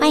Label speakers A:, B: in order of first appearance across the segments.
A: 欢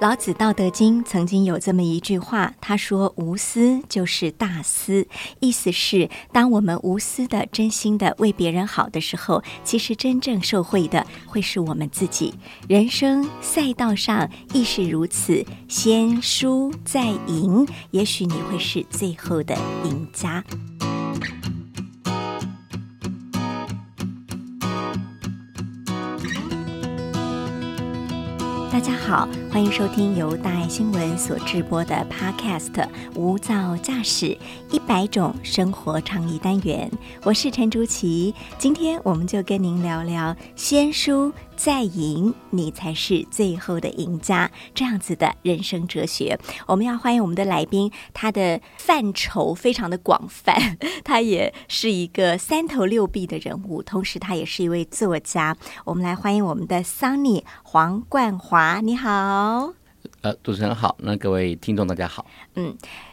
A: 老子《道德经》曾经有这么一句话，他说：“无私就是大私。”意思是，当我们无私的、真心的为别人好的时候，其实真正受惠的会是我们自己。人生赛道上亦是如此，先输再赢，也许你会是最后的赢家。大家好，欢迎收听由大爱新闻所制播的 Podcast《无噪驾驶一百种生活倡议》单元，我是陈竹琪。今天我们就跟您聊聊“先输再赢，你才是最后的赢家”这样子的人生哲学。我们要欢迎我们的来宾，他的范畴非常的广泛，他也是一个三头六臂的人物，同时他也是一位作家。我们来欢迎我们的 Sunny 黄冠华，你好。
B: 呃，主持人好，那各位听众大家好。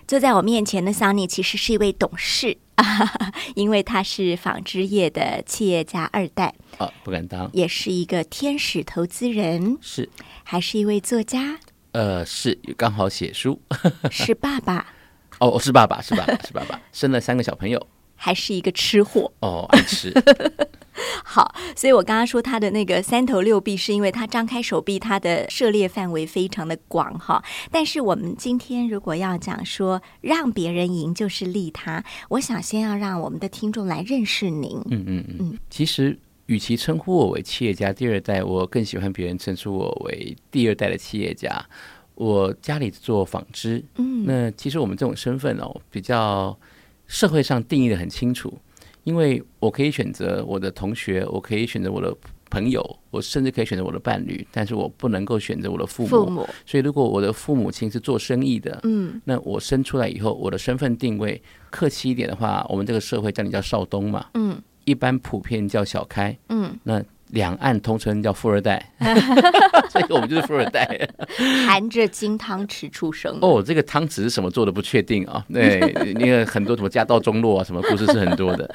A: 坐在我面前的 Sunny 其实是一位董事， 因为他是纺织业的企业家二代，
B: 啊、不敢当，
A: 也是一个天使投资人，
B: 是，
A: 还是一位作家，
B: 呃，是刚好写书，
A: 是爸爸，
B: 哦，是爸爸，是爸爸，是爸爸，生了三个小朋友，
A: 还是一个吃货。
B: 哦，爱吃，
A: 好，所以我刚刚说他的那个三头六臂，是因为他张开手臂，他的涉猎范围非常的广哈。但是我们今天如果要讲说让别人赢就是利他，我想先要让我们的听众来认识您。
B: 嗯嗯嗯。其实，与其称呼我为企业家第二代，我更喜欢别人称呼我为第二代的企业家。我家里做纺织，
A: 嗯
B: 那其实我们这种身份哦，比较社会上定义的很清楚，因为我可以选择我的同学，我可以选择我的朋友，我甚至可以选择我的伴侣，但是我不能够选择我的父母。
A: 父母，
B: 所以如果我的父母亲是做生意的，
A: 嗯，
B: 那我生出来以后，我的身份定位，客气一点的话，我们这个社会叫你叫少东嘛，
A: 嗯，
B: 一般普遍叫小开，
A: 嗯，
B: 那两岸通称叫富 二代， 所以我们就是富二代。
A: 含着金汤匙出生。
B: 哦，这个汤匙是什么做的不确定啊？对，那个很多什么家道中落啊，什么故事是很多的。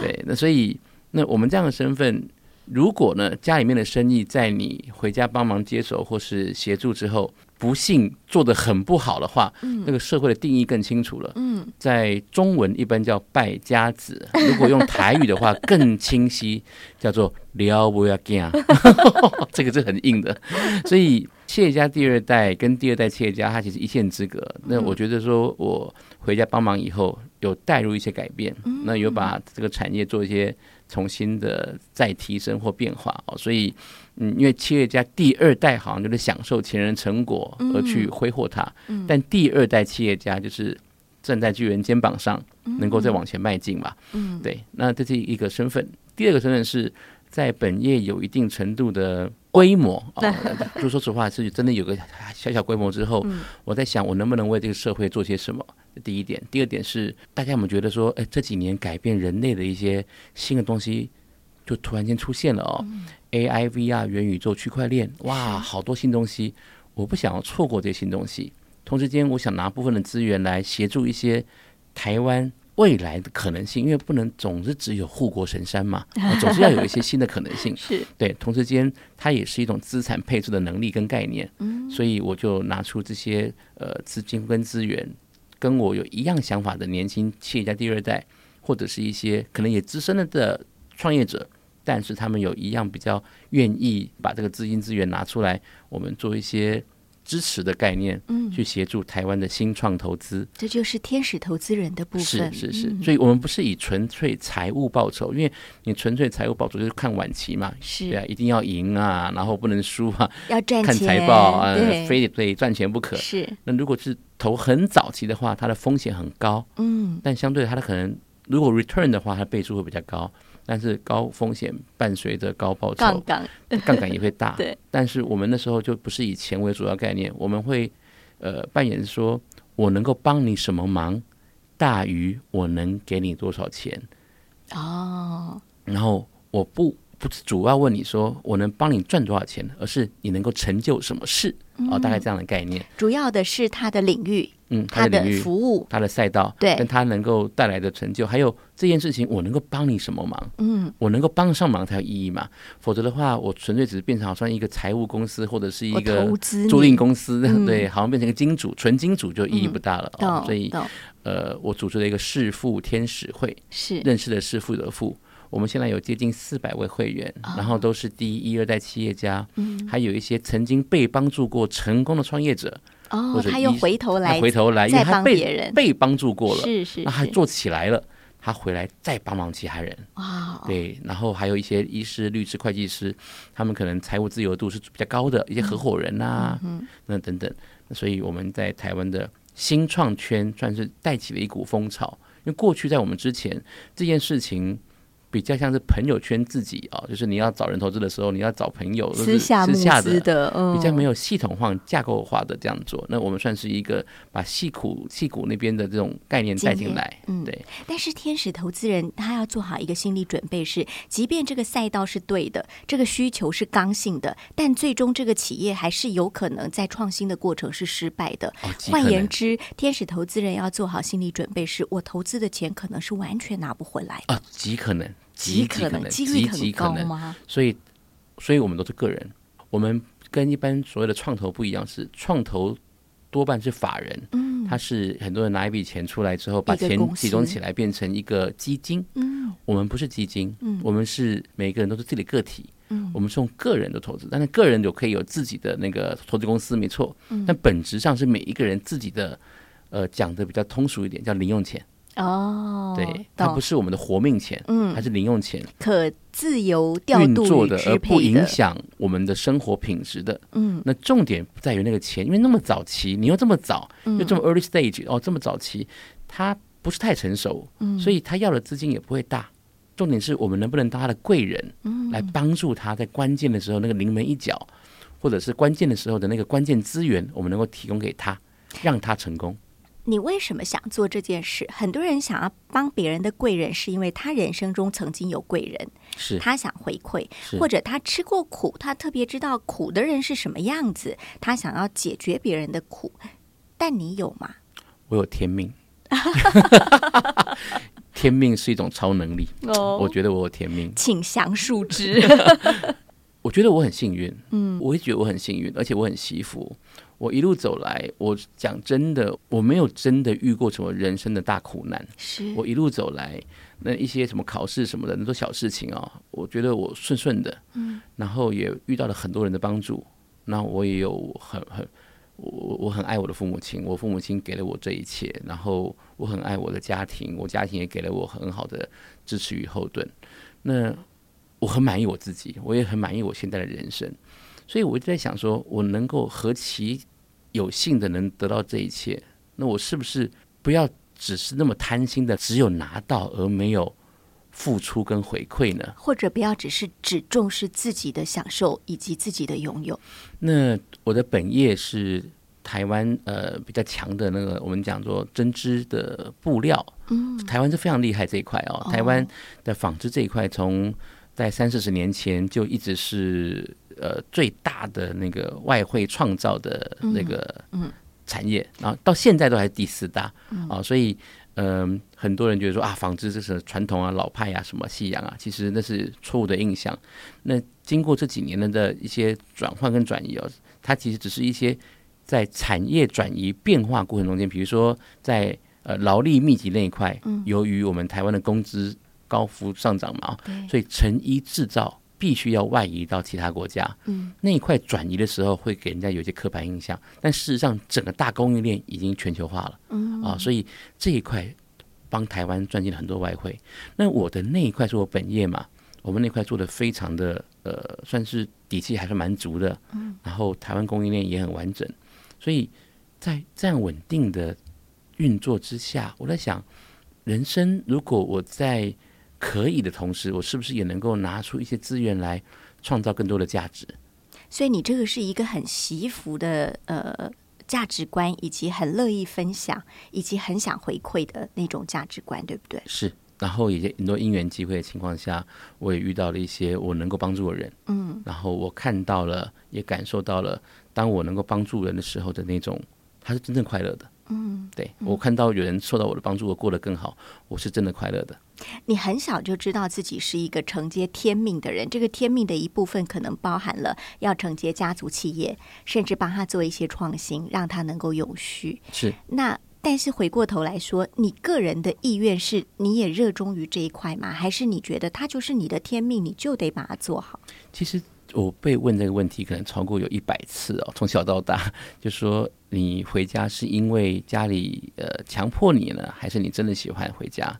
B: 对，那所以那我们这样的身份，如果呢家里面的生意在你回家帮忙接手或是协助之后，不幸做得很不好的话，那个社会的定义更清楚了。嗯，在中文一般叫败家子， 如果用台语的话更清晰，叫做撩不要干， 这个是很硬的。所以企业家第二代跟第二代企业家，他其实一线之隔。那我觉得说，我回家帮忙以后，有带入一些改变，那有把这个产业做一些重新的再提升或变化哦。所以，嗯，因为企业家第二代好像就是享受前人成果而去挥霍它，但第二代企业家就是站在巨人肩膀上，
A: 嗯
B: 能够再往前迈进嘛。嗯，对，那这是一个身份。第二个身份是在本业有一定程度的规模啊，哦就说实话是真的有个小小规模之后，我在想我能不能为这个社会做些什么。第一点，第二点是大家有没有觉得说，哎，这几年改变人类的一些新的东西，就突然间出现了哦、a i VR、元宇宙、区块链，哇，好多新东西，我不想要错过这些新东西。同时间，我想拿部分的资源来协助一些台湾未来的可能性，因为不能总是只有护国神山 嘛，哦总是要有一些新的可能性。
A: 是，
B: 对，同时间它也是一种资产配置的能力跟概念，嗯，所以我就拿出这些呃资金跟资源，跟我有一样想法的年轻企业家第二代，或者是一些可能也资深了的创业者，但是他们有一样比较愿意把这个资金资源拿出来，我们做一些支持的概念，嗯，去协助台湾的新创投资，
A: 这就是天使投资人的部
B: 是
A: 分。嗯
B: 是是，所以我们不是以纯粹财务报酬，因为你纯粹财务报酬就是看晚期嘛，
A: 是
B: 对啊，一定要赢啊，然后不能输啊，
A: 要赚
B: 看
A: 钱，
B: 财报啊，
A: 对，
B: 非得得赚钱不可。
A: 是，
B: 那如果是投很早期的话，它的风险很高，
A: 嗯，
B: 但相对它的可能，如果 return 的话，它倍数会比较高，但是高风险伴随着高报酬
A: 杠，杠，
B: 杠杆也会大。
A: 对，
B: 但是我们那时候就不是以钱为主要概念，我们会呃扮演说我能够帮你什么忙，大于我能给你多少钱，
A: 哦，
B: 然后我不不是主要问你说我能帮你赚多少钱，而是你能够成就什么事啊、
A: 嗯
B: 大概这样的概念。
A: 主要的是它的领域，
B: 嗯，
A: 它
B: 它的领域、
A: 服务，
B: 它的赛道，
A: 对
B: 跟它能够带来的成就，还有这件事情我能够帮你什么忙，
A: 嗯，
B: 我能够帮上忙才有意义嘛。否则的话，我纯粹只是变成好像一个财务公司或者是一
A: 我
B: 个
A: 投资
B: 租
A: 你
B: 赁公司，
A: 嗯
B: 对，好像变成一个金主，纯金主就意义不大了。哦
A: 懂，
B: 所以
A: 懂
B: 呃，我组织了一个世富天使会，
A: 是
B: 认识的世富的富。我们现在有接近四百位会员，
A: 哦
B: 然后都是第一、一二代企业家，
A: 嗯
B: 还有一些曾经被帮助过成功的创业者，
A: 哦
B: 或，者
A: 他又
B: 医
A: 回头
B: 他
A: 来
B: 回头来，因
A: 再
B: 为他
A: 帮别
B: 被
A: 人，
B: 被帮助过了，
A: 是是
B: 那他
A: 是，
B: 做起来了，他回来再帮忙其他人。
A: 哇，
B: 对，然后还有一些医师、律师、会计师，他们可能财务自由度是比较高的，一些合伙人呐、啊
A: 嗯
B: 那等等。那所以我们在台湾的新创圈算是带起了一股风潮，因为过去在我们之前这件事情。比较像是朋友圈自己啊、就是你要找人投资的时候，你要找朋友，都
A: 私
B: 是
A: 下
B: 私
A: 募
B: 下
A: 资
B: 的，
A: 的，嗯，
B: 比较没有系统化、架构化的这样做。那我们算是一个把戏骨、戏骨那边的这种概念带
A: 经
B: 进
A: 验
B: 来，
A: 嗯
B: 对。
A: 但是天使投资人他要做好一个心理准备是，即便这个赛道是对的，这个需求是刚性的，但最终这个企业还是有可能在创新的过程是失败的。
B: 哦极
A: 换
B: 可
A: 言
B: 能
A: 之，天使投资人要做好心理准备是，我投资的钱可能是完全拿不回来的，
B: 啊，极可能，极
A: 极
B: 可能，
A: 几
B: 极
A: 率
B: 极
A: 很
B: 可
A: 高
B: 能。
A: 吗？
B: 所以，所以我们都是个人，我们跟一般所谓的创投不一样，是创投多半是法人，
A: 嗯
B: 他是很多人拿一笔钱出来之后，把
A: 一个
B: 钱
A: 公
B: 集中
A: 司
B: 起来变成一个基金。
A: 嗯
B: 我们不是基金，
A: 嗯
B: 我们是每个人都是自己的个体，
A: 嗯
B: 我们是用个人的投资，但是个人有可以有自己的那个投资公司，没错，
A: 嗯
B: 但本质上是每一个人自己的。呃，讲的比较通俗一点，叫零用钱，
A: 哦，
B: 对，它
A: 懂
B: 不是我们的活命钱，
A: 嗯
B: 它是零用钱，
A: 可自由调
B: 运
A: 度
B: 作
A: 与
B: 的，
A: 支
B: 而不
A: 配
B: 影
A: 的，
B: 响我们的生活品质的。
A: 嗯
B: 那重点不在于那个钱，因为那么早期，你又这么早，
A: 嗯
B: 又这么 early stage，哦，这么早期，它不是太成熟，
A: 嗯
B: 所以他要的资金也不会大。重点是我们能不能当他的贵人，
A: 嗯
B: 来帮助他在关键的时候那个临门一脚，或者是关键的时候的那个关键资源，我们能够提供给他，让他成功。
A: 你为什么想做这件事？很多人想要帮别人的贵人，是因为他人生中曾经有贵人，
B: 是
A: 他想回馈，
B: 是
A: 或者他吃过苦，他特别知道苦的人是什么样子，他想要解决别人的苦。但你有吗？
B: 我有天命，天命是一种超能力，
A: 哦
B: 我觉得我有天命。
A: 请详述之。
B: 我觉得我很幸运，嗯，我也觉得我很幸运，而且我很惜福。我一路走来，我讲真的，我没有真的遇过什么人生的大苦难。
A: 是
B: 我一路走来，那一些什么考试什么的，那都小事情哦。我觉得我顺顺的，嗯，然后也遇到了很多人的帮助。那我也有很很，我我我很爱我的父母亲，我父母亲给了我这一切，然后我很爱我的家庭，我家庭也给了我很好的支持与后盾。那我很满意我自己，我也很满意我现在的人生，所以我一直在想说，我能够何其有幸的能得到这一切，那我是不是不要只是那么贪心的，只有拿到而没有付出跟回馈呢？
A: 或者不要只是只重视自己的享受以及自己的拥有。
B: 那我的本业是台湾呃比较强的那个，我们讲做针织的布料，嗯，台湾是非常厉害这一块哦。台湾的纺织这一块，从在三四十年前就一直是呃最大的那个外汇创造的那个产业，然后到现在都还是第四大啊、所以。嗯，很多人觉得说啊，纺织这是传统啊、老派啊、什么西洋啊，其实那是错误的印象。那经过这几年的一些转换跟转移哦，它其实只是一些在产业转移变化过程中间，比如说在呃劳力密集那一块，
A: 嗯
B: 由于我们台湾的工资高幅上涨嘛，哦
A: 对
B: 所以成衣制造必须要外移到其他国家，
A: 嗯，
B: 那一块转移的时候会给人家有一些刻板印象，但事实上整个大供应链已经全球化了，嗯啊，所以这一块帮台湾赚进了很多外汇。那我的那一块是我本业嘛，我们那块做的非常的呃，算是底气还是蛮足的，嗯，然后台湾供应链也很完整，所以在这样稳定的运作之下，我在想，人生如果我在可以的同时，我是不是也能够拿出一些资源来创造更多的价值？
A: 所以你这个是一个很惜福的呃价值观，以及很乐意分享，以及很想回馈的那种价值观，对不对？
B: 是然后也很多因缘机会的情况下，我也遇到了一些我能够帮助的人，
A: 嗯
B: 然后我看到了，也感受到了，当我能够帮助人的时候的那种，他是真正快乐的。
A: 嗯，
B: 对我看到有人受到我的帮助，我过得更好，我是真的快乐的。
A: 你很小就知道自己是一个承接天命的人，这个天命的一部分可能包含了要承接家族企业，甚至帮他做一些创新，让他能够永续。
B: 是
A: 那但是回过头来说，你个人的意愿是你也热衷于这一块吗？还是你觉得它就是你的天命，你就得把它做好？
B: 其实我被问这个问题，可能超过有一百次哦， 从小到大，就说你回家是因为家里呃强迫你呢，还是你真的喜欢回家？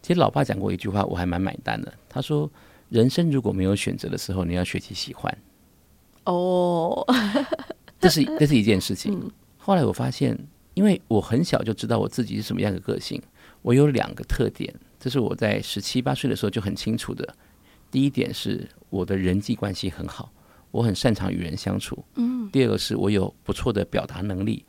B: 其实老爸讲过一句话，我还蛮买单的。他说，人生如果没有选择的时候，你要学习喜欢，
A: 哦，
B: 这是这是一件事情。后来我发现，因为我很小就知道我自己是什么样的个性，我有两个特点，这是我在十七八岁的时候就很清楚的。第一点是我的人际关系很好，我很擅长与人相处。嗯。第二个是我有不错的表达能力，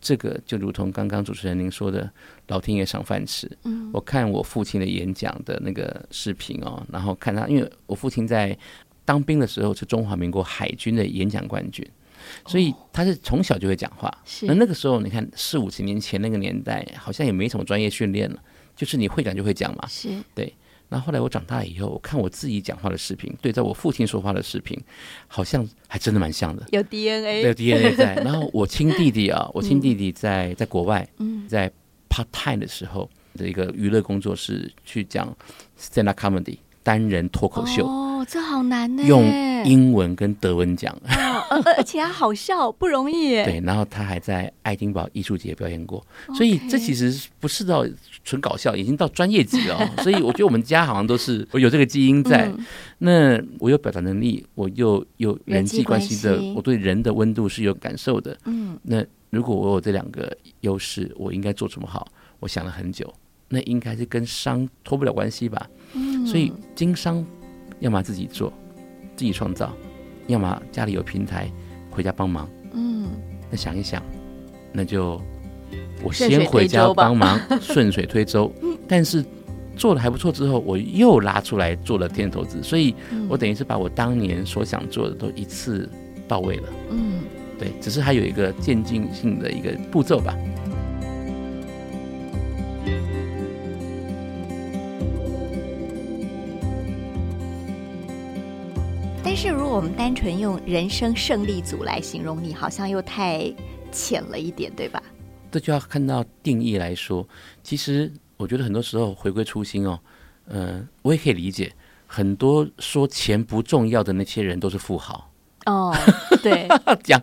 B: 这个就如同刚刚主持人您说的，老天爷赏饭吃。嗯。我看我父亲的演讲的那个视频哦，然后看他，因为我父亲在当兵的时候是中华民国海军的演讲冠军。所以他是从小就会讲话，
A: 是
B: 那那个时候你看四五十年前那个年代，好像也没什么专业训练了，就是你会讲就会讲嘛。
A: 是
B: 然后后来我长大以后，我看我自己讲话的视频，对照我父亲说话的视频，好像还真的蛮像的。
A: 有
B: 对
A: DNA，
B: DNA 在。然后我亲弟弟啊，我亲弟弟在在国外，
A: 嗯
B: 在 part time 的时候的一个娱乐工作室去讲 stand up comedy 单人脱口秀，
A: 哦，哎这好难呢，
B: 用英文跟德文讲。
A: 呃，而且它好笑，不容易耶。
B: 对，然后他还在爱丁堡艺术节表演过，所以这其实不是到纯搞笑，已经到专业级了哦、 所以我觉得我们家好像都是我有这个基因在。
A: 嗯
B: 那我有表达能力，我又有人际关系的
A: 人际关系，
B: 我对人的温度是有感受的。
A: 嗯，
B: 那如果我有这两个优势，我应该做什么好？我想了很久，那应该是跟商脱不了关系吧。
A: 嗯
B: 所以经商，要么自己做，自己创造，要么家里有平台回家帮忙。
A: 嗯，
B: 那想一想，那就我
A: 顺水
B: 先回
A: 推
B: 家
A: 舟吧嗯
B: 帮 忙，顺水推舟。但是做的还不错之后，我又拉出来做了天投资，所以
A: 嗯
B: 我等于是把我当年所想做的都一次到位了。
A: 嗯，
B: 对，只是还有一个渐进性的一个步骤吧。
A: 但是如果我们单纯用人生胜利组来形容你，好像又太浅了一点， 对吧？
B: 这就要看到定义来说。其实我觉得很多时候回归初心哦，嗯，我也可以理解，很多说钱不重要的那些人都是富豪，
A: 哦，对，
B: 讲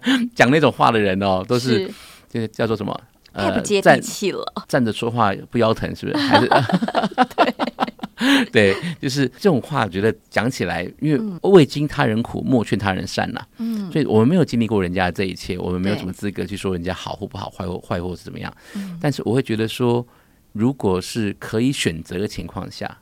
B: 那种话的人哦， 都是呃
A: 是
B: 这个叫做什么？
A: 太不接
B: 站
A: 地气了。
B: 站着说话不腰疼，是不是？ 还是 对，就是这种话，觉得讲起来，因为未经他人苦，莫劝他人善呐、
A: 嗯
B: 所以我们没有经历过人家的这一切，我们没有
A: 对
B: 什么资格去说人家好或不好，坏或坏或是怎么样。
A: 嗯
B: 但是我会觉得说，如果是可以选择的情况下，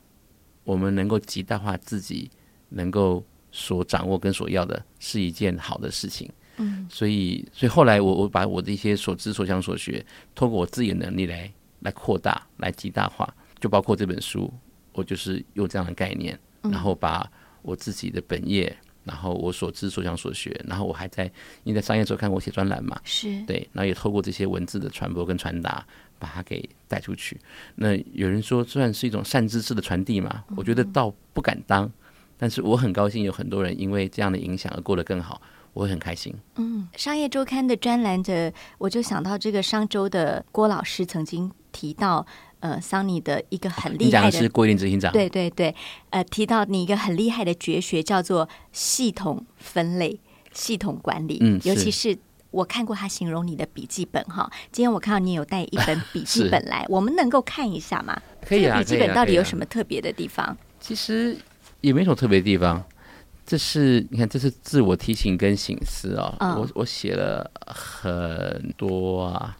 B: 我们能够极大化自己能够所掌握跟所要的，是一件好的事情。
A: 嗯，
B: 所以，所以后来我我把我的一些所知所想所学，透过我自己的能力来来扩大、来极大化，就包括这本书，我就是用这样的概念，
A: 嗯
B: 然后把我自己的本业，然后我所知所想所学，然后我还在因为在商业周刊我写专栏嘛，
A: 是
B: 对，然后也透过这些文字的传播跟传达，把它给带出去。那有人说，虽然是一种善知识的传递嘛，
A: 嗯
B: 我觉得倒不敢当，但是我很高兴有很多人因为这样的影响而过得更好，我会很开心。
A: 嗯，商业周刊的专栏的，我就想到这个商周的郭老师曾经提到，呃，桑尼的一个很
B: 你
A: 厉
B: 讲
A: 害
B: 的
A: 的，
B: 是郭一林执行长，
A: 对对对，呃，提到你一个很厉害的绝学叫做系统分类、系统管理，
B: 嗯
A: 尤其
B: 是
A: 是。我看过他形容你的笔记本哈，今天我看到你有带一本笔记
B: 是
A: 本来，我们能够看一下吗？
B: 可以
A: 这个
B: 啊，
A: 笔记
B: 可以啊
A: 本到底有什？
B: 可以
A: 么特别的地方？
B: 啊其实也没什么特别的地方。这是你看，这是自我提醒跟醒思哦。
A: 嗯
B: 我我写了很多啊，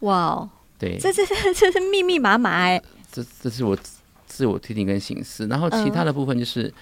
A: 哇哦，
B: 对，
A: 这这这这是密密麻麻哎，
B: 这这是我自自我提醒跟醒思，然后
A: 嗯
B: 其他的部分就是，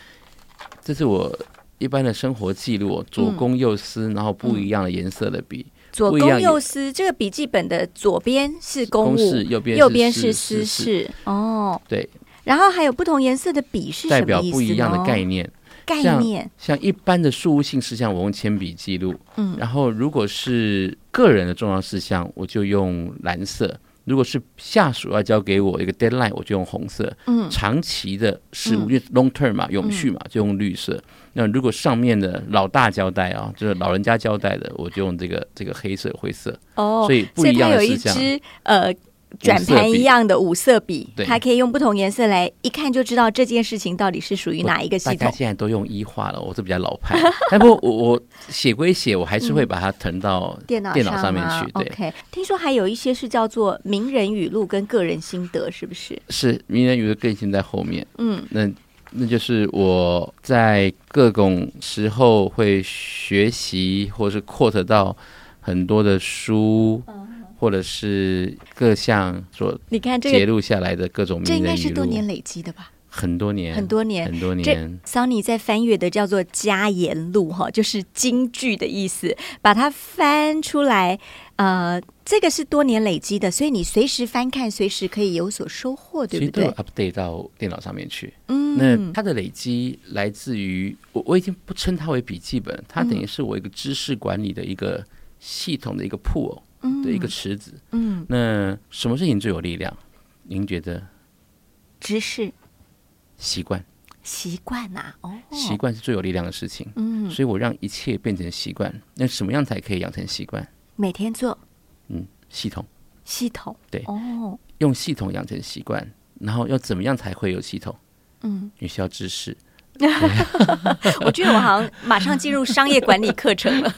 B: 这是我一般的生活记录，左
A: 嗯
B: 公右私，然后不一样的颜色的笔，
A: 左
B: 不一样
A: 公
B: 也
A: 右私，这个笔记本的左边是公
B: 公
A: 务
B: 事，右边
A: 右边是私
B: 私事，
A: 事。哦，
B: 对，
A: 然后还有不同颜色的笔是
B: 代
A: 什么
B: 表
A: 意思
B: 不一样的
A: 呢
B: 概念。
A: 概念，
B: 像一般的事务性事项，我用铅笔记录；
A: 嗯
B: 然后如果是个人的重要事项，我就用蓝色；如果是下属要交给我一个 deadline，我就用红色。
A: 嗯
B: 长期的事务，
A: 嗯
B: 因为 long term 嘛，永续嘛，就用绿色。那如果上面的老大交代啊，就是老人家交代的，我就用这个这个黑色、灰色。
A: 哦
B: 所，以不
A: 所
B: 一
A: 以它
B: 样的
A: 有
B: 事
A: 一
B: 项，
A: 支呃转
B: 色
A: 盘
B: 笔
A: 一样的五色笔
B: 对，
A: 它可以用不同颜色来一看就知道这件事情到底是属于
B: 不
A: 哪一个
B: 大
A: 系
B: 家
A: 统。
B: 现在都用一化了，我是比较老派。 但不过我我写归写，我还是
A: 嗯
B: 会把它腾到
A: 电脑
B: 电脑上
A: 上
B: 面
A: 吗
B: 去。对，
A: OK，听说还有一些是叫做名人语录跟个人心得，是不是？
B: 是名人语录更新在后面。
A: 嗯
B: 那那就是我在各种时候会学习，或是 quote 到很多的书，
A: 嗯
B: 或者是各项所
A: 你看这
B: 揭
A: 个，
B: 露下来的各种
A: 这
B: 名
A: 应该
B: 人
A: 是
B: 语
A: 多
B: 录，
A: 年累积的吧？
B: 很多年，
A: 很多年。
B: 很多
A: 这
B: 年。
A: Sony 在翻阅的叫做“加言录”哈，就是京剧的意思，把它翻出来。呃，这个是多年累积的，所以你随时翻看，随时可以有所收获，
B: 所
A: 对
B: 以
A: 不
B: 都有
A: 对？
B: update 到电脑上面去。那
A: 嗯，
B: 它的累积来自于我，我已经不称它为笔记本，它等于是我一个知识管理的一个系统的一个 pool 的一个池子。
A: 嗯，
B: 那什么事情最有力量？您觉得
A: 知识
B: 习惯？
A: 习惯呐、哦，
B: 习惯是最有力量的事情。
A: 嗯，
B: 所以我让一切变成习惯。那什么样才可以养成习惯？
A: 每天做
B: 嗯，系统
A: 系统，
B: 对
A: 哦，
B: 用系统养成习惯，然后要怎么样才会有系统？
A: 嗯，
B: 你需要知识。
A: 我觉得我好像马上进入商业管理课程 了。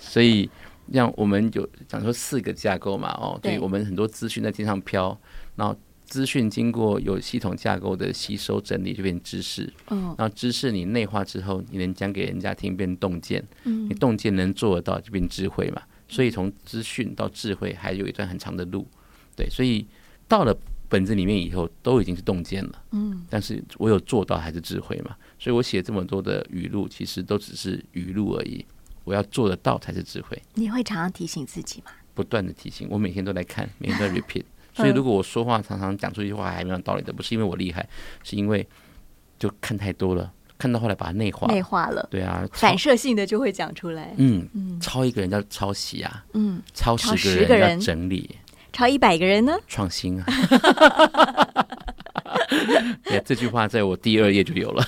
B: 所以让我们有讲说四个架构嘛，哦，
A: 对
B: 对我们很多资讯在天上飘，然后资讯经过有系统架构的吸收整理，就变成知识。
A: 嗯
B: 然后知识你内化之后，你能讲给人家听，变洞见。
A: 嗯
B: 你洞见能做得到，就变智慧嘛。所以从资讯到智慧，还有一段很长的路。对，所以到了本子里面以后，都已经是洞见了。
A: 嗯，
B: 但是我有做到还是智慧嘛？所以我写这么多的语录，其实都只是语录而已。我要做得到才是智慧。
A: 你会常常提醒自己吗？
B: 不断的提醒，我每天都在看，每 天都在 repeat。所以
A: 嗯
B: 如果我说话常常讲出一句话还没有道理的，不是因为我厉害，是因为就看太多了，看到后来把它内化。
A: 内化了，
B: 对啊，抄
A: 反射性的就会讲出来。
B: 嗯，抄一个人叫抄袭啊，
A: 嗯，
B: 抄
A: 抄
B: 十
A: 10
B: 个
A: 个
B: 人
A: 人
B: 要整理
A: 超一百个人呢？
B: 创 新啊。 对这句话在我第二页就有了，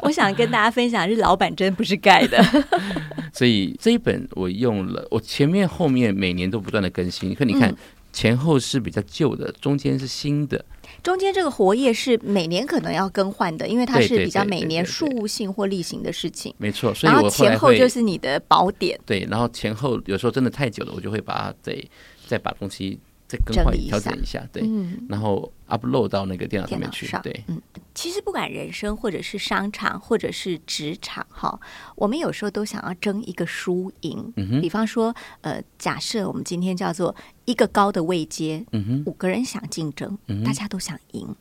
A: 我想跟大家分享，是老板真不是盖的。
B: 所以这一本我用了，我前面后面每年都不断的更新，可你看、
A: 嗯
B: 前后是比较旧的，中间是新的，
A: 中间这个活页是每年可能要更换的，因为它
B: 对
A: 是
B: 对
A: 比较
B: 对
A: 每
B: 对
A: 年
B: 对
A: 事
B: 对
A: 务性或例行的事情。
B: 没错，所以
A: 然
B: 我
A: 后
B: 后来
A: 前后
B: 会
A: 就是你的宝典，
B: 对，然后前后有时候真的太久了，我就会把它再再把东西再更
A: 整
B: 换
A: 理一
B: 调
A: 下
B: 整一下，对，
A: 嗯，
B: 然后 upload 到那个电脑上
A: 电
B: 面
A: 脑
B: 去
A: 上，，
B: 对，
A: 嗯，其实不管人生或者是商场或者是职场哈，我们有时候都想要争一个输赢。
B: 嗯哼
A: 比方说，呃，假设我们今天叫做一个高的位阶，
B: 嗯哼，
A: 五个人想竞争，
B: 嗯
A: 大家都想赢。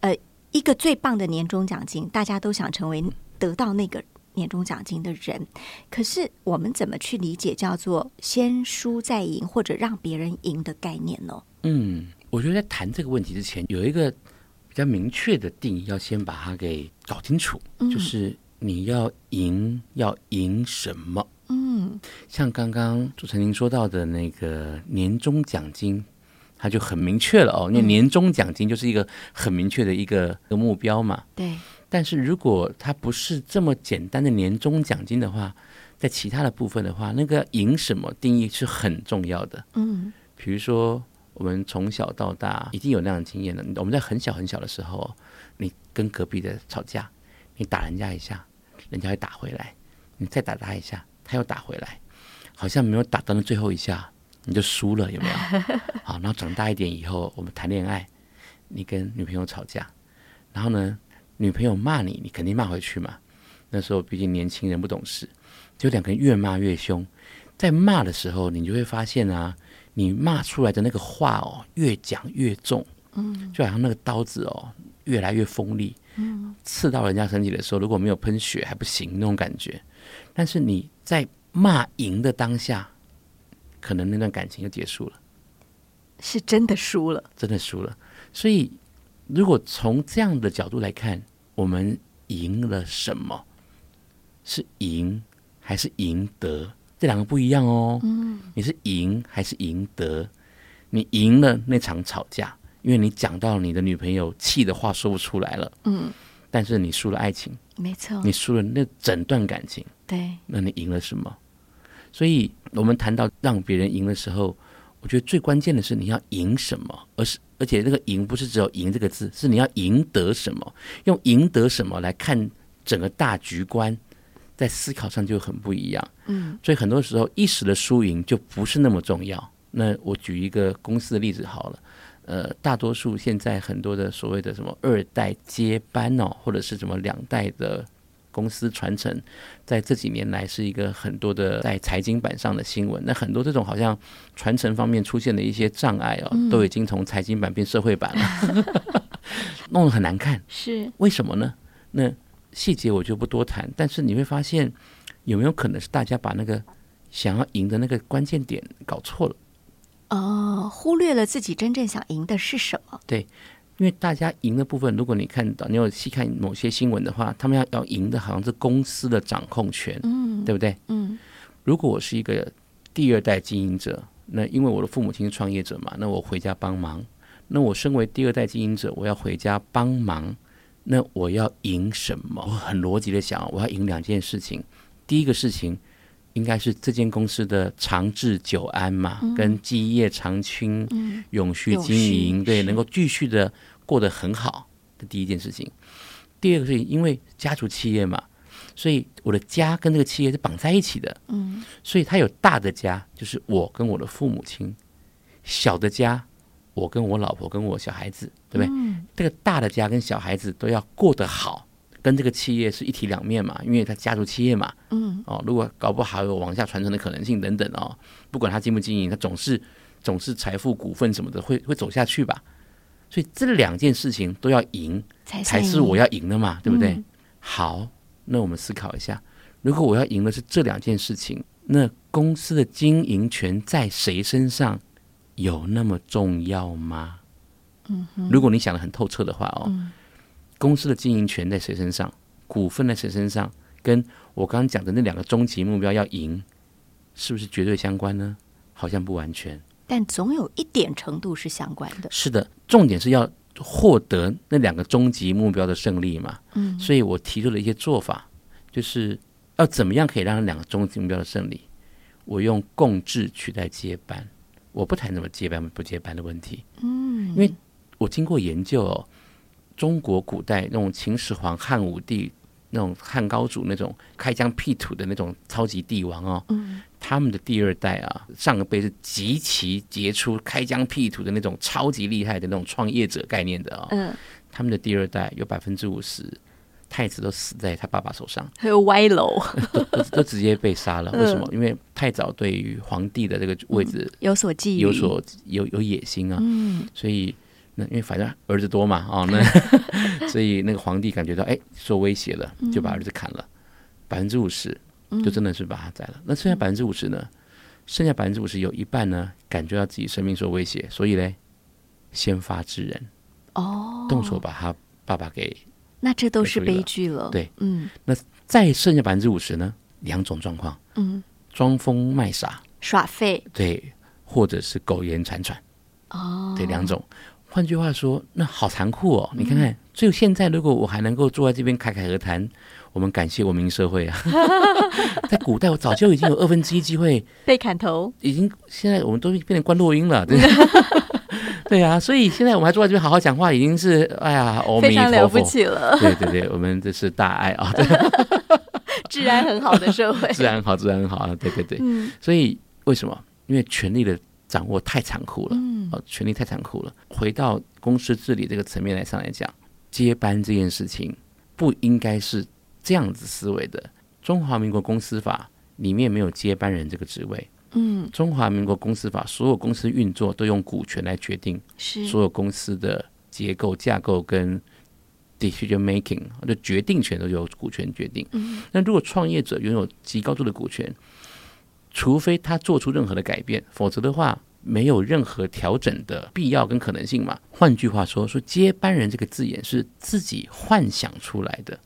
A: 呃，一个最棒的年终奖金，大家都想成为得到那个年终奖金的人。可是我们怎么去理解叫做先输再赢，或者让别人赢的概念呢？
B: 嗯，我觉得在谈这个问题之前，有一个比较明确的定义，要先把它给搞清楚，就是你要赢，要赢什么？
A: 嗯
B: 像刚刚主持人您说到的那个年终奖金。它就很明确了哦，因为年终奖金就是一个很明确的一个一个目标嘛。
A: 对，
B: 但是如果它不是这么简单的年终奖金的话，在其他的部分的话，那个赢什么定义是很重要的。
A: 嗯
B: 比如说，我们从小到大一定有那样的经验的。我们在很小很小的时候，你跟隔壁的吵架，你打人家一下，人家会打回来，你再打他一下，他又打回来，好像没有打到那最后一下，你就输了，有没有？好，然后长大一点以后，我们谈恋爱，你跟女朋友吵架，然后呢，女朋友骂你，你肯定骂回去嘛。那时候毕竟年轻人不懂事，就两个人越骂越凶。在骂的时候，你就会发现啊，你骂出来的那个话哦，越讲越重，嗯，就好像那个刀子哦，越来越锋利，嗯，刺到人家身体的时候，如果没有喷血还不行那种感觉。但是你在骂赢的当下，可能那段感情就结束了，
A: 是真的输了。
B: 真的输了。所以如果从这样的角度来看，我们赢了什么？是赢还是赢得？这两个不一样哦。嗯，你是赢还是赢得？你赢了那场吵架，因为你讲到你的女朋友气的话说不出来了。
A: 嗯，
B: 但是你输了爱情，
A: 没错，
B: 你输了那整段感情，
A: 对，
B: 那你赢了什么？所以我们谈到让别人赢的时候，我觉得最关键的是你要赢什么，而是而且那个赢不是只有赢这个字，是你要赢得什么，用赢得什么来看整个大局观，在思考上就很不一样。
A: 嗯，
B: 所以很多时候一时的输赢就不是那么重要。那我举一个公司的例子好了，呃，大多数现在很多的所谓的什么二代接班哦，或者是什么两代的公司传承，在这几年来是一个很多的在财经版上的新闻。那很多这种好像传承方面出现的一些障碍哦，都已经从财经版变社会版了， 弄得很难看。
A: 是，
B: 为什么呢？那细节我就不多谈，但是你会发现，有没有可能是大家把那个想要赢的那个关键点搞错了？
A: 哦，忽略了自己真正想赢的是什么，
B: 因为大家赢的部分，如果你看到你有细看某些新闻的话，他们要要赢的好像是公司的掌控权，
A: 嗯，
B: 对不对？
A: 嗯，
B: 如果我是一个第二代经营者，那因为我的父母亲是创业者嘛，那我回家帮忙。那我身为第二代经营者，我要回家帮忙，那我要赢什么？我很逻辑的想，啊我要赢两件事情。第一个事情应该是这间公司的长治久安嘛，跟基业长青、
A: 嗯
B: 永续
A: 永
B: 经
A: 续
B: 营，对，
A: 是
B: 能够继续的过得很好，这第一件事情。第二个事情，因为家族企业嘛，所以我的家跟这个企业是绑在一起的，
A: 嗯，
B: 所以它有大的家，就是我跟我的父母亲；小的家，我跟我老婆跟我小孩子，对不对？
A: 嗯，
B: 这个大的家跟小孩子都要过得好，跟这个企业是一体两面嘛，因为它家族企业嘛，
A: 嗯，
B: 哦，如果搞不好有往下传承的可能性等等哦，不管它经不经营，它总是总是财富、股份什么的会会走下去吧。所以这两件事情都要赢，
A: 才
B: 才
A: 才
B: 是我要赢的嘛，对不对？
A: 嗯
B: 好，那我们思考一下，如果我要赢的是这两件事情，那公司的经营权在谁身上，有那么重要吗？嗯，如果你想得很透彻的话哦，公司的经营权在谁身上，股份在谁身上，跟我刚刚讲的那两个终极目标要赢，是不是绝对相关呢？好像不完全。
A: 但总有一点程度是相关的，
B: 是的，重点是要获得那两个终极目标的胜利嘛。
A: 嗯，
B: 所以我提出了一些做法，就是要怎么样可以让两个终极目标的胜利。我用共治取代接班，我不谈什么接班不接班的问题。嗯，因为我经过研究哦，中国古代那种秦始皇、汉武帝那种汉高祖那种开疆辟土的那种超级帝王哦，他们的第二代啊，上一辈是极其杰出、开疆辟土的那种超级厉害的那种创业者概念的啊、哦。
A: 嗯，
B: 他们的第二代有百分之五十太子都死在他爸爸手上，
A: 还有歪楼，
B: 都都直接被杀了。为什么？因为太早对于皇帝的这个位置
A: 有所觊觎，
B: 有所有有野心啊，
A: 嗯，
B: 所以那因为反正儿子多嘛，哦，那 所以那个皇帝感觉到哎受威胁了，
A: 嗯
B: 就把儿子砍了，百分之五十就真的是把他宰了。那剩
A: 嗯
B: 下百分之五十呢？剩下百分之五十有一半呢，感觉到自己生命受威胁，所以嘞，先发制人，
A: 哦，
B: 动手把他爸爸给。
A: 那这都
B: 被
A: 是
B: 处理了
A: 悲剧了，
B: 对，
A: 嗯
B: 再剩下百分之五十呢，两种状况：
A: 嗯，
B: 装疯卖傻，
A: 耍废
B: 对，或者是苟延残喘。
A: 哦，
B: 对，两种。换句话说，那好残酷哦！你
A: 嗯
B: 看看，所以现在如果我还能够坐在这边侃侃而谈，我们感谢文明 社会啊。在古代，我早就已经有二分之一机会，
A: 被砍头，
B: 已经现在我们都变成关落音 了，对对啊，所以现在我们还坐在这边好好讲话，已经是哎呀，阿
A: 非
B: 弥
A: 常了
B: 陀
A: 不
B: 佛。
A: 起 了，
B: 对对对，我们这是大爱 啊，
A: 治安很好的社会，
B: 自然好，自然好啊， 对对对。
A: 嗯
B: 所以为什么？因为权力的掌握太残酷了。
A: 嗯
B: 呃，权力太残酷了。回到公司治理这个层面来上来讲，接班这件事情不应该是这样子思维的。中华民国公司法里面没有接班人这个职位。
A: 嗯，
B: 中华民国公司法所有公司运作都用股权来决定
A: 是，
B: 所有公司的结构架构跟 decision making，就决定权都由股权决定。
A: 嗯
B: 那如果创业者拥有极高度的股权，除非他做出任何的改变，否则的话，没有任何调整的必要跟可能性嘛。换句话说，说接班人这个字眼是自己幻想出来的，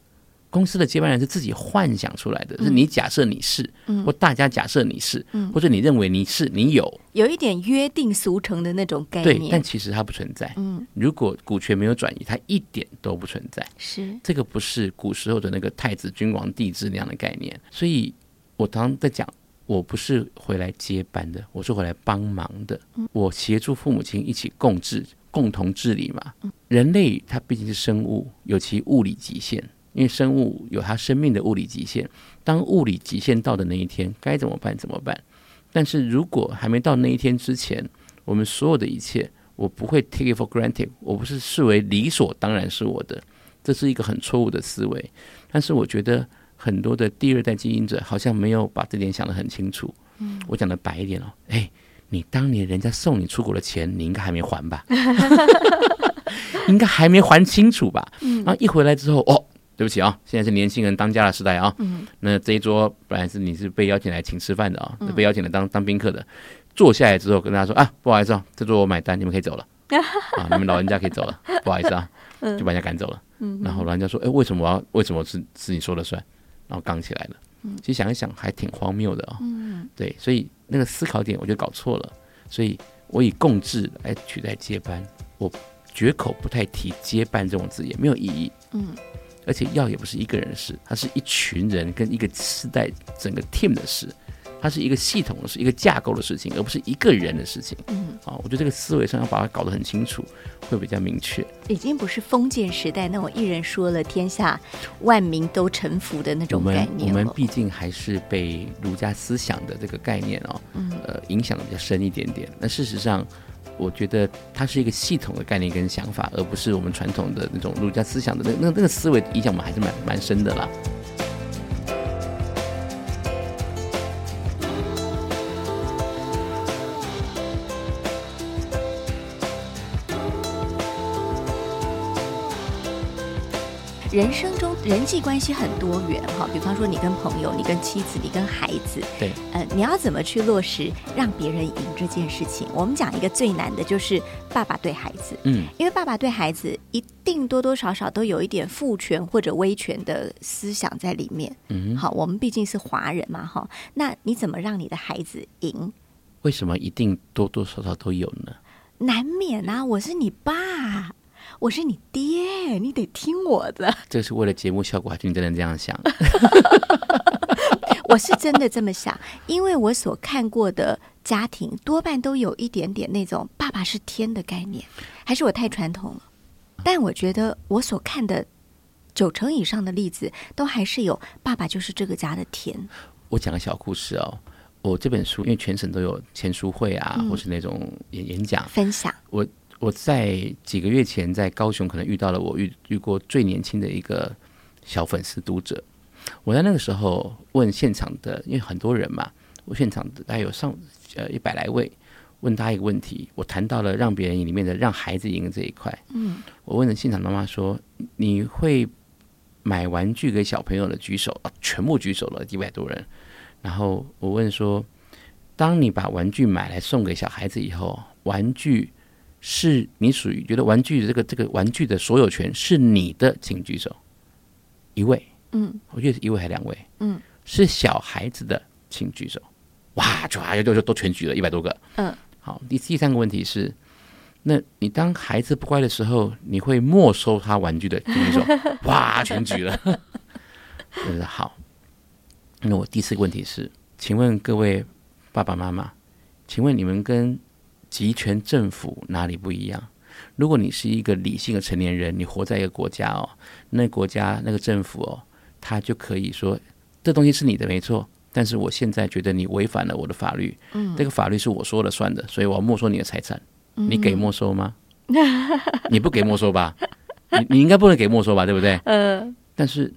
B: 公司的接班人是自己幻想出来的，
A: 嗯
B: 是你假设你是，或大家假设你是，或者你认为你是，你有
A: 有一点约定俗成的那种概
B: 对，但
A: 念，
B: 其实它不存在。
A: 嗯，
B: 如果股权没有转移，它一点都不存在。
A: 是
B: 这个不是古时候的那个太子、君王、帝制那样的概念。所以我常常在讲，我不是回来接班的，我是回来帮忙的。我协助父母亲一起共治、共同治理嘛。人类它毕竟是生物，有其物理极限，因为生物有它生命的物理极限。当物理极限到的那一天，该怎么办？怎么办？但是如果还没到那一天之前，我们所有的一切，我不会 take it for granted，我不是视为理所当然是我的，这是一个很错误的思维。但是我觉得很多的第二代经营者好像没有把这点想得很清楚。嗯，我讲的白一点哦，哎，你当年人家送你出国的钱，你应该还没还 吧？应该还没还清楚吧？嗯，然后一回来之后，哦。对不起啊，现在是年轻人当家的时代啊。嗯，那这一桌本来是你是被邀请来请吃饭的啊，那被邀请来当当宾客的，坐下来之后跟大家说啊，不好意思啊，这桌我买单，你们可以走 了啊，你们老人家可以走了，不好意思啊，就把人家赶走了。
A: 嗯
B: 然后老人家说，哎，为什么我要？为什么是是你说了算？然后杠起来了。
A: 嗯
B: 其实想一想，还挺荒谬的啊、对，所以那个思考点我觉得搞错了，所以我以共治来取代接班，我绝口不太提接班这种字眼，没有意义。
A: 嗯，
B: 而且要也不是一个人的事，它是一群人跟一个世代整个 team 的事，它是一个系统的事，一个架构的事情，而不是一个人的事情。
A: 嗯，
B: 啊，我觉得这个思维上要把它搞得很清楚，会比较明确。
A: 已经不是封建时代那我一人说了天下万民都臣服的那
B: 我
A: 种概
B: 们我
A: 念
B: 们
A: 了。
B: 毕竟还是被儒家思想的这个概念哦，
A: 嗯
B: 呃，影响的比较深一点点。那事实上，我觉得它是一个系统的概念跟想法，而不是我们传统的那种儒家思想的那那那个思维影响，我们还是蛮蛮深的啦。
A: 人生中人际关系很多元哈，比方说你跟朋友、你跟妻子、你跟孩子，
B: 对，
A: 呃，你要怎么去落实让别人赢这件事情？我们讲一个最难的就是爸爸对孩子，
B: 嗯，
A: 因为爸爸对孩子一定多多少少都有一点父权或者威权的思想在里面。
B: 嗯，
A: 好，我们毕竟是华人嘛，哈，那你怎么让你的孩子赢？
B: 为什么一定多多少少都有呢？
A: 难免啊，我是你爸，我是你爹，你得听我的。
B: 这是为了节目效果，还是你真的这 样想？
A: 我是真的这么想，因为我所看过的家庭多半都有一点点那种爸爸是天的概念，还是我太传统了？但我觉得我所看的九成以上的例子，都还是有爸爸就是这个家的天。
B: 我讲个小故事哦。我这本书因为全省都有签书会啊，
A: 嗯
B: 或是那种演演讲，
A: 分享
B: 我在几个月前在高雄可能遇到了我遇遇过最年轻的一个小粉丝读者。我在那个时候问现场的，因为很多人嘛，我现场大概有上呃一百来位，问他一个问题，我谈到了让别人赢里面的让孩子赢这一块。嗯，我问了现场妈妈说，你会买玩具给小朋友的举手，啊、全部举手了，一百多人。然后我问说，当你把玩具买来送给小孩子以后，玩具是你属于觉得玩具的这个这个玩具的所有权是你的，请举手。一位，嗯，我觉得是一位还两位，嗯，是小孩子的，请举手。哇，唰，就就就都全举了一百多个，
A: 嗯，
B: 好。第第三个问题是，那你当孩子不乖的时候，你会没收他玩具的，请举 手。哇，全举了。 我说好。那我第四个问题是，请问各位爸爸妈妈，请问你们跟集权政府哪里不一样？如果你是一个理性的成年人，你活在一个国家哦，那国家那个政府哦，他就可以说这东西是你的没错，但是我现在觉得你违反了我的法律，嗯，这个法律是我说了算的，所以我要没收你的财产，你给没收吗？ 你不给没收吧？你你应该不能给没收吧，对不对？嗯、但是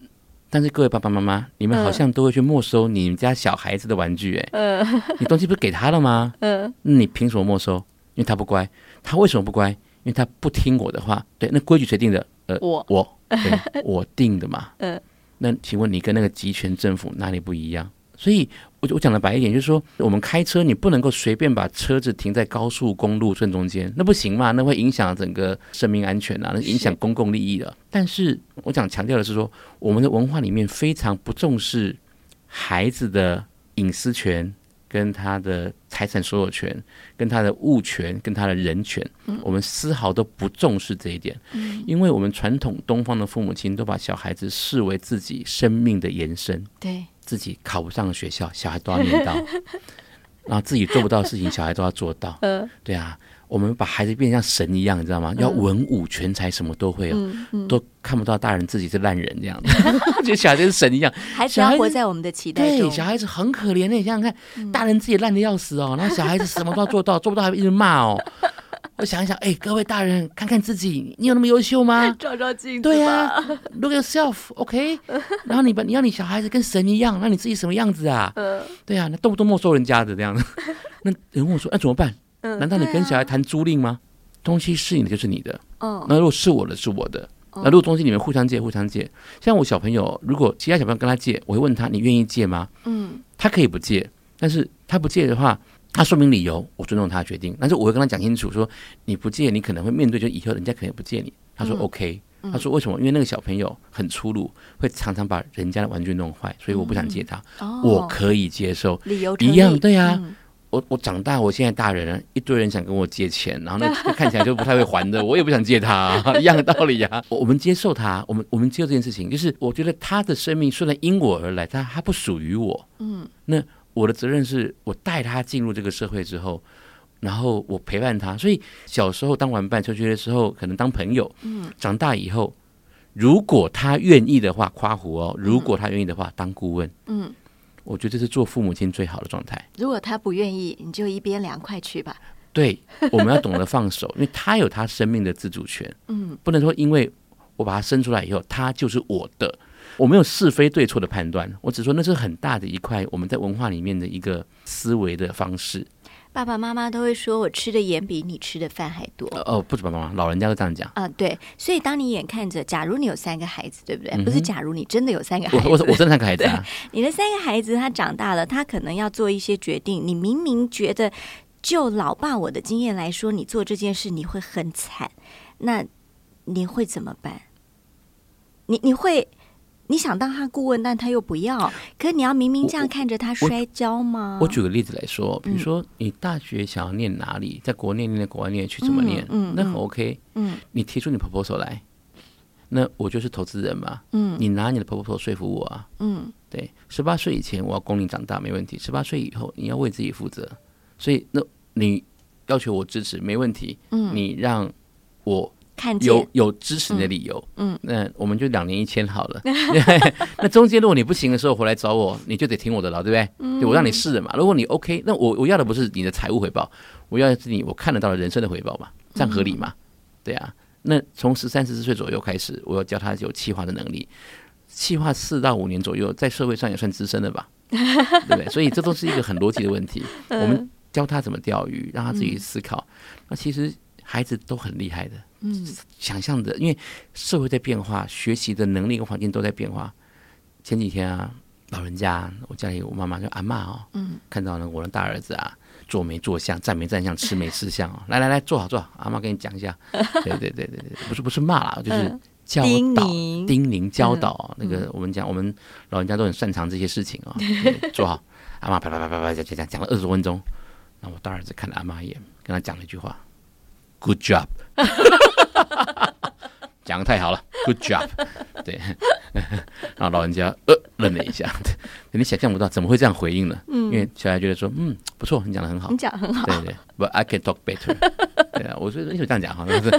B: 但是各位爸爸妈妈，你们好
A: 嗯
B: 像都会去没收你们家小孩子的玩具、哎、
A: 嗯
B: 你东西不是给他了吗？嗯，你凭什么没收？因为他不乖，他为什么不乖？因为他不听我的话。对，那规矩谁定的？呃，
A: 我
B: 我对我定的嘛。
A: 嗯，
B: 那请问你跟那个集权政府哪里不一样？所以我我讲的白一点，就是说我们开车你不能够随便把车子停在高速公路正中间，那不行嘛，那会影响整个生命安全啊，那影响公共利益的。但是我想强调的是说，我们的文化里面非常不重视孩子的隐私权。跟他的财产所有权、跟他的物权、跟他的人权，我们丝毫都不重视这一点，因为我们传统东方的父母亲都把小孩子视为自己生命的延伸，
A: 对，
B: 自己考不上学校，小孩都要念到，然后自己做不到的事情，小孩都要做到。
A: 呃，
B: 对啊，我们把孩子变得像神一样，你知道吗？要文武全才，什么都会哦，都看不到大人自己是烂人这样子，觉得小孩子是神一样。
A: 孩子
B: 小孩
A: 要
B: 子
A: 活在我们的期待
B: 对，
A: 中，？
B: 小孩子很可怜的，欸你想想看，大人自己烂的要死哦，然后小孩子什么都要做到，做不到还一直骂哦。我想一想，哎、各位大人，看看自己，你有那么优秀吗
A: 照照镜子，
B: 对呀、l o o k yourself，OK、然后你把你要你小孩子跟神一样，那你自己什么样子啊？
A: 呃，
B: 对呀、那动不动没收人家的这样子。那有人问我说，那、怎么办？
A: 嗯
B: 难道你
A: 对
B: 跟
A: 啊
B: 小孩谈租赁吗？东西是你的就是你的，
A: 嗯，
B: 那如果是我的，是我的。那如果东西你们互相借，互相借。像我小朋友，如果其他小朋友跟他借，我会问他：“你愿意借吗？”
A: 嗯，
B: 他可以不借，但是他不借的话，他说明理由，我尊重他的决定。但是我会跟他讲清楚说，你不借，你可能会面对，就以后人家可能不借你。他说 OK，、他说为什么？因为那个小朋友很粗鲁，会常常把人家的玩具弄坏，所以我不想借他。
A: 哦，
B: 我可以接受，
A: 理由成
B: 一样
A: 立
B: 对啊
A: 嗯
B: 我我长大，我现在大人了，一堆人想跟我借钱，然后那那看起来就不太会还的，我也不想借他、一样的道理啊。我我们接受他，我们我们接受这件事情，就是我觉得他的生命虽然因我而来，但他不属于我。嗯，那我的责任是我带他进入这个社会之后，然后我陪伴他。所以小时候当玩伴，求学的时候可能当朋友，嗯，长大以后，如果他愿意的话，夸胡哦，如果他愿意的话，当顾问，
A: 嗯，
B: 我觉得这是做父母亲最好的状态。
A: 如果他不愿意，你就一边凉快去吧。
B: 对，我们要懂得放手，因为他有他生命的自主权。
A: 嗯，
B: 不能说因为我把他生出来以后，他就是我的。我没有是非对错的判断，我只说那是很大的一块我们在文化里面的一个思维的方式。
A: 爸爸妈妈都会说我吃的盐比你吃的饭还多。
B: 呃哦，不止爸爸妈妈，老人家都这样讲。
A: 啊，对，所以当你眼看着，假如你有三个孩子，对不对？
B: 嗯哼
A: 不是，假如你真的有三个孩
B: 我
A: 子，
B: 我我真的三个孩子啊，
A: 你的三个孩子他长大了，他可能要做一些决定，你明明觉得就老爸我的经验来说，你做这件事你会很惨，那你会怎么办？你你会你想当他顾问，但他又不要，可你要明明这样看着他摔跤吗？
B: 我举个例子来说，
A: 嗯
B: 比如说你大学想要念哪里，在国内念、在国外念，去怎么念，
A: 嗯嗯
B: 那很 OK。
A: 嗯
B: 你提出你 proposal 来，那我就是投资人嘛，
A: 嗯
B: 你拿你的 proposal 说服我啊。
A: 嗯
B: 对，十八岁以前我要供你长大没问题，十八岁以后你要为自己负责，所以那你要求我支持没问题，
A: 嗯，
B: 你让我
A: 看
B: 有
A: 见
B: 有支持你的理由，
A: 嗯，
B: 那我们就两年一签好了。 那中间如果你不行的时候回来找我，你就得听我的了，对不对？
A: 嗯
B: 对我让你试了嘛。如果你 OK，那我我要的不是你的财务回报，我要的是你我看得到的人生的回报嘛，这样合理
A: 嗯
B: 嘛？对啊。那从十三十四岁左右开始，我要教他有企划的能力，企划四到五年左右，在社会上也算资深 了吧，对不对？所以这都是一个很逻辑的问题。
A: 嗯
B: 我们教他怎么钓鱼，让他自己思考。那其实孩子都很厉害的，
A: 嗯，
B: 想象的，因为社会在变化，学习的能力跟环境都在变化。前几天啊，老人家，我家里我妈妈就阿嬷哦，嗯，看到呢我的大儿子啊，坐没坐相，站没站相，吃没吃相哦，来来来，坐好坐好，阿嬷跟你讲 一下，对对对对对，不是不是骂啦，就是
A: 嗯
B: 教
A: 叮
B: 导。
A: 咛，
B: 叮咛教导哦、那个我们讲，我们老人家都很擅长这些事情啊、对做好，阿妈啪啪啪啪啪讲讲讲讲了二十分钟，那我大儿子看了阿妈一眼，跟他讲了一句话：“Good job。”讲的太好了，Good job。对，然后老人家呃愣了一下，对你想象不到怎么会这样回应呢？因为小孩觉得说，嗯，不错，你讲的很好
A: 你，讲得很好，
B: 对对，But I can talk better 。 对啊，我说为什么这样讲哈？就是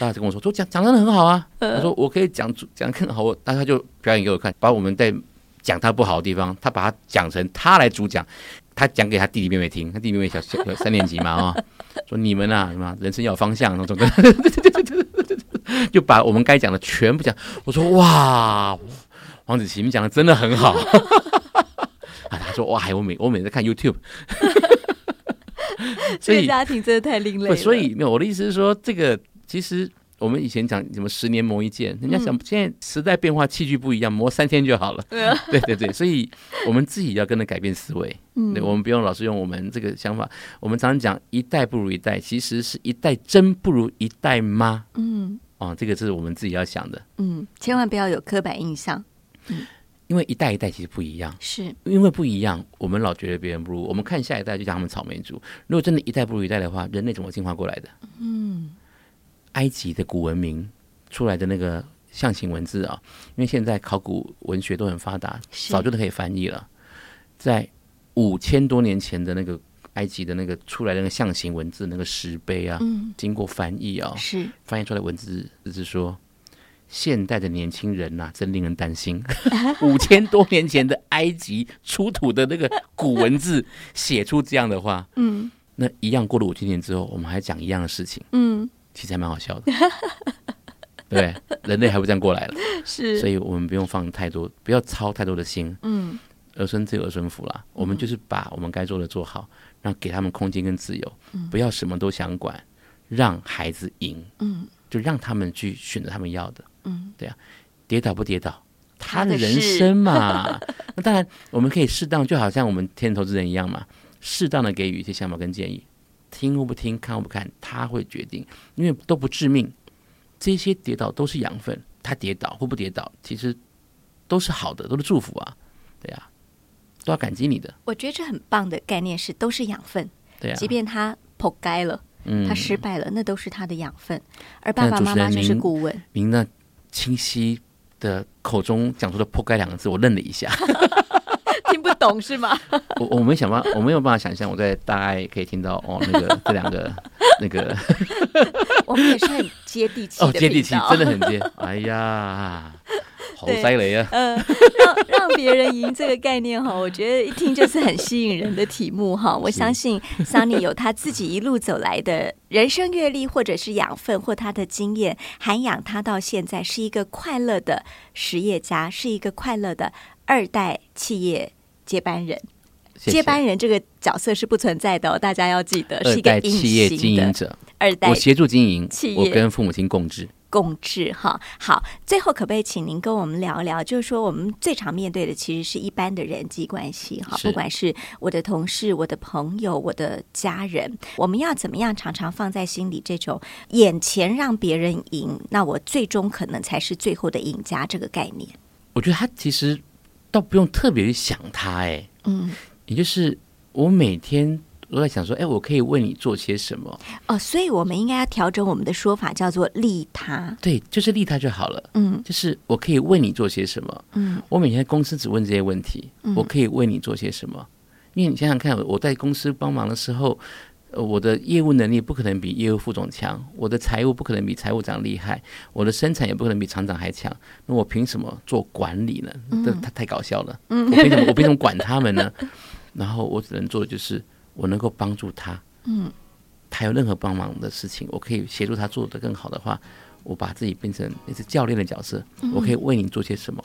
B: 大家就跟我说，说讲讲的很好啊。他说我可以讲讲得更好，我那他就表演给我看，把我们在讲他不好的地方，他把它讲成他来主讲，他讲给他弟弟妹妹听，他弟弟妹妹小小小三年级嘛啊、说你们啊什么人生要有方向，什么什么，就把我们该讲的全部讲。我说哇，王子琪你讲的真的很好。 啊，他说哇，我每我每次看 YouTube，所
A: 这个
B: 以
A: 家庭真的太另类
B: 不，
A: 了。
B: 所以没有我的意思是说，这个其实我们以前讲什么十年磨一剑，
A: 嗯
B: 人家想现在时代变化，器具不一样，磨三天就好了。
A: 啊
B: 对对对，所以我们自己要跟着改变思维。
A: 嗯
B: 对，我们不用老是用我们这个想法。我们常常讲一代不如一代，其实是一代真不如一代吗？
A: 嗯
B: 哦，这个是我们自己要想的，
A: 嗯，千万不要有刻板印象，
B: 因为一代一代其实不一样。
A: 是
B: 因为不一样，我们老觉得别人不如，我们看下一代就讲他们草莓族。如果真的一代不如一代的话，人类怎么进化过来的？嗯，埃及的古文明出来的那个象形文字啊，因为现在考古文学都很发达，
A: 是
B: 早就都可以翻译了。在五千多年前的那个埃及的那个出来的那个象形文字那个石碑啊，
A: 嗯
B: 经过翻译啊，
A: 是，
B: 翻译出来的文字就是说，现代的年轻人呐、真令人担心。 五千多年前的埃及出土的那个古文字，写出这样的话，
A: 嗯
B: 那一样过了五千年之后，我们还讲一样的事情，
A: 嗯
B: 其实还蛮好笑的。 对，人类还不这样过来了，
A: 是，
B: 所以我们不用放太多，不要操太多的心，
A: 嗯
B: 儿孙自有儿孙福啦。我们就是把我们该做的做好，然后给他们空间跟自由，不要什么都想管，让孩子赢。
A: 嗯
B: 就让他们去选择他们要的。
A: 嗯，
B: 对啊，跌倒不跌倒，
A: 他
B: 他
A: 的
B: 的人
A: 事
B: 生 嘛。那当然，我们可以适当，就好像我们天投资人一样嘛，适当的给予一些想法跟建议，听或不听，看或不看，他会决定，因为都不致命。这些跌倒都是养分，他跌倒或不跌倒，其实都是好的，都是祝福啊，对啊，都要感激你的，
A: 我觉得这很棒的概念是，都是养分，
B: 对啊
A: 即。便他剖该了，
B: 嗯
A: 他失败了，那都是他的养分，而爸
B: 那
A: 爸
B: 主
A: 妈
B: 持
A: 妈
B: 人
A: 就是
B: 您
A: 顾问，
B: 您那清晰的口中讲出的“破盖”两个字，我愣了一下。
A: 听不懂是吗？
B: 我我没想办法，我没有办法想象我在大爱可以听到哦，那个这两 个那个
A: 我们也是很接地气的
B: 哦，接地
A: 频
B: 气
A: 道，
B: 真的很接。哎呀，好
A: 对
B: 塞雷啊！
A: 呃，让让别人赢这个概念哈，我觉得一听就是很吸引人的题目哈。我相信 Sunny 有他自己一路走来的人生阅历，或者是养分，或他的经验涵养他到现在，是一个快乐的实业家，是一个快乐的二代企业接班人。
B: 谢
A: 接
B: 谢
A: 班人这个角色是不存在的、哦，大家要记得
B: 二
A: 是一个
B: 代企业
A: 隐
B: 经
A: 形的
B: 营者，
A: 二代
B: 我协助经营
A: 企，业
B: 我跟父母亲共治。
A: 共治哈。好，最后可不可以请您跟我们聊一聊？就是说，我们最常面对的其实是一般的人际关系哈，
B: 是
A: 不管是我的同事、我的朋友、我的家人，我们要怎么样常常放在心里这种眼前让别人赢，那我最终可能才是最后的赢家这个概念。
B: 我觉得他其实倒不用特别去想他，哎，
A: 嗯，
B: 也就是我每天都在想说，哎，我可以为你做些什么？
A: 哦，所以我们应该要调整我们的说法，叫做利他。
B: 对，就是利他就好了。
A: 嗯
B: 就是我可以为你做些什么。
A: 嗯，
B: 我每天在公司只问这些问题，我可以为你做些什么？因为你想想看，我在公司帮忙的时候，呃，我的业务能力不可能比业务副总强，我的财务不可能比财务长厉害，我的生产也不可能比厂长还强，那我凭什么做管理呢？这
A: 嗯
B: 他太搞笑了，我凭什么我凭什么管他们呢？然后我只能做的就是我能够帮助他，嗯，他有任何帮忙的事情，我可以协助他做得更好的话，我把自己变成一只教练的角色，我可以为你做些什么。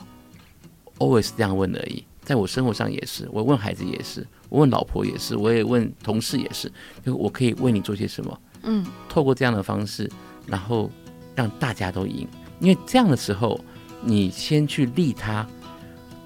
B: always 这样问而已。在我生活上也是，我问孩子也是，我问老婆也是，我也问同事也是，就我可以为你做些什么。
A: 嗯，
B: 透过这样的方式，然后让大家都赢，因为这样的时候，你先去利他，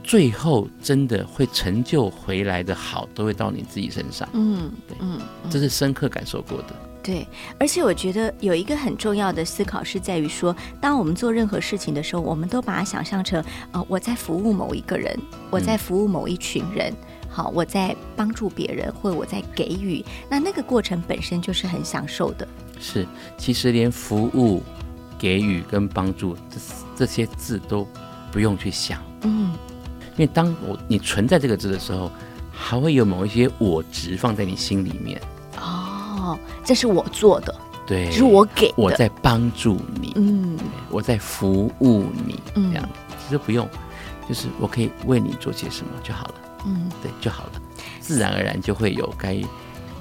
B: 最后真的会成就回来的好，都会到你自己身上。
A: 嗯
B: 对
A: 嗯。
B: 这是深刻感受过的。
A: 对，而且我觉得有一个很重要的思考是在于说，当我们做任何事情的时候，我们都把它想象成，呃，我在服务某一个人，我
B: 嗯
A: 在服务某一群人，好，我在帮助别人，或我在给予，那那个过程本身就是很享受的。
B: 是，其实连服务、给予跟帮助这这些字都不用去想。
A: 嗯
B: 因为当我你存在这个字的时候，还会有某一些我执放在你心里面。
A: 哦，这是我做的，
B: 对，
A: 这是我给的。
B: 哎我在帮助你，
A: 嗯
B: 我在服务你，
A: 嗯
B: 这样其实不用，就是我可以为你做些什么就好了，
A: 嗯
B: 对，就好了，自然而然就会有该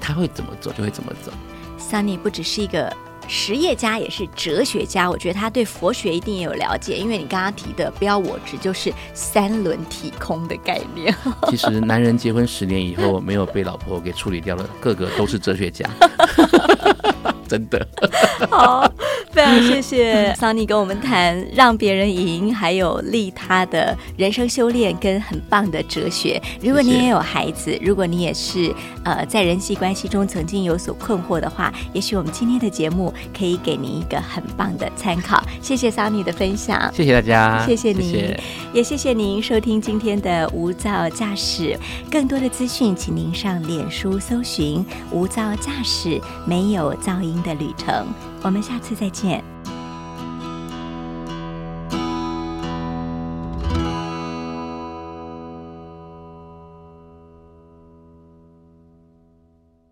B: 他会怎么走就会怎么走。
A: ，Sunny 不只是一个。实业家也是哲学家，我觉得他对佛学一定也有了解，因为你刚刚提的“不要我执”就是三轮体空的概 念。
B: 其实男人 结婚十年以后没有被老婆给处理掉的，个个都是哲学家。真的。
A: 好，非常谢
B: 嗯
A: 谢桑尼跟我们谈让别人赢，还有利他的人生修炼跟很棒的哲学。如果你
B: 谢谢
A: 也有孩子，如果你也是呃在人际关系中曾经有所困惑的话，也许我们今天的节目可以给你一个很棒的参考。谢谢桑尼的分享。
B: 谢谢大家，
A: 谢谢你
B: 谢
A: 也谢谢您收听今天的无噪驾驶。更多的资讯，请您上脸书搜寻“无噪驾驶”，没有噪音的旅程。我们下次再见。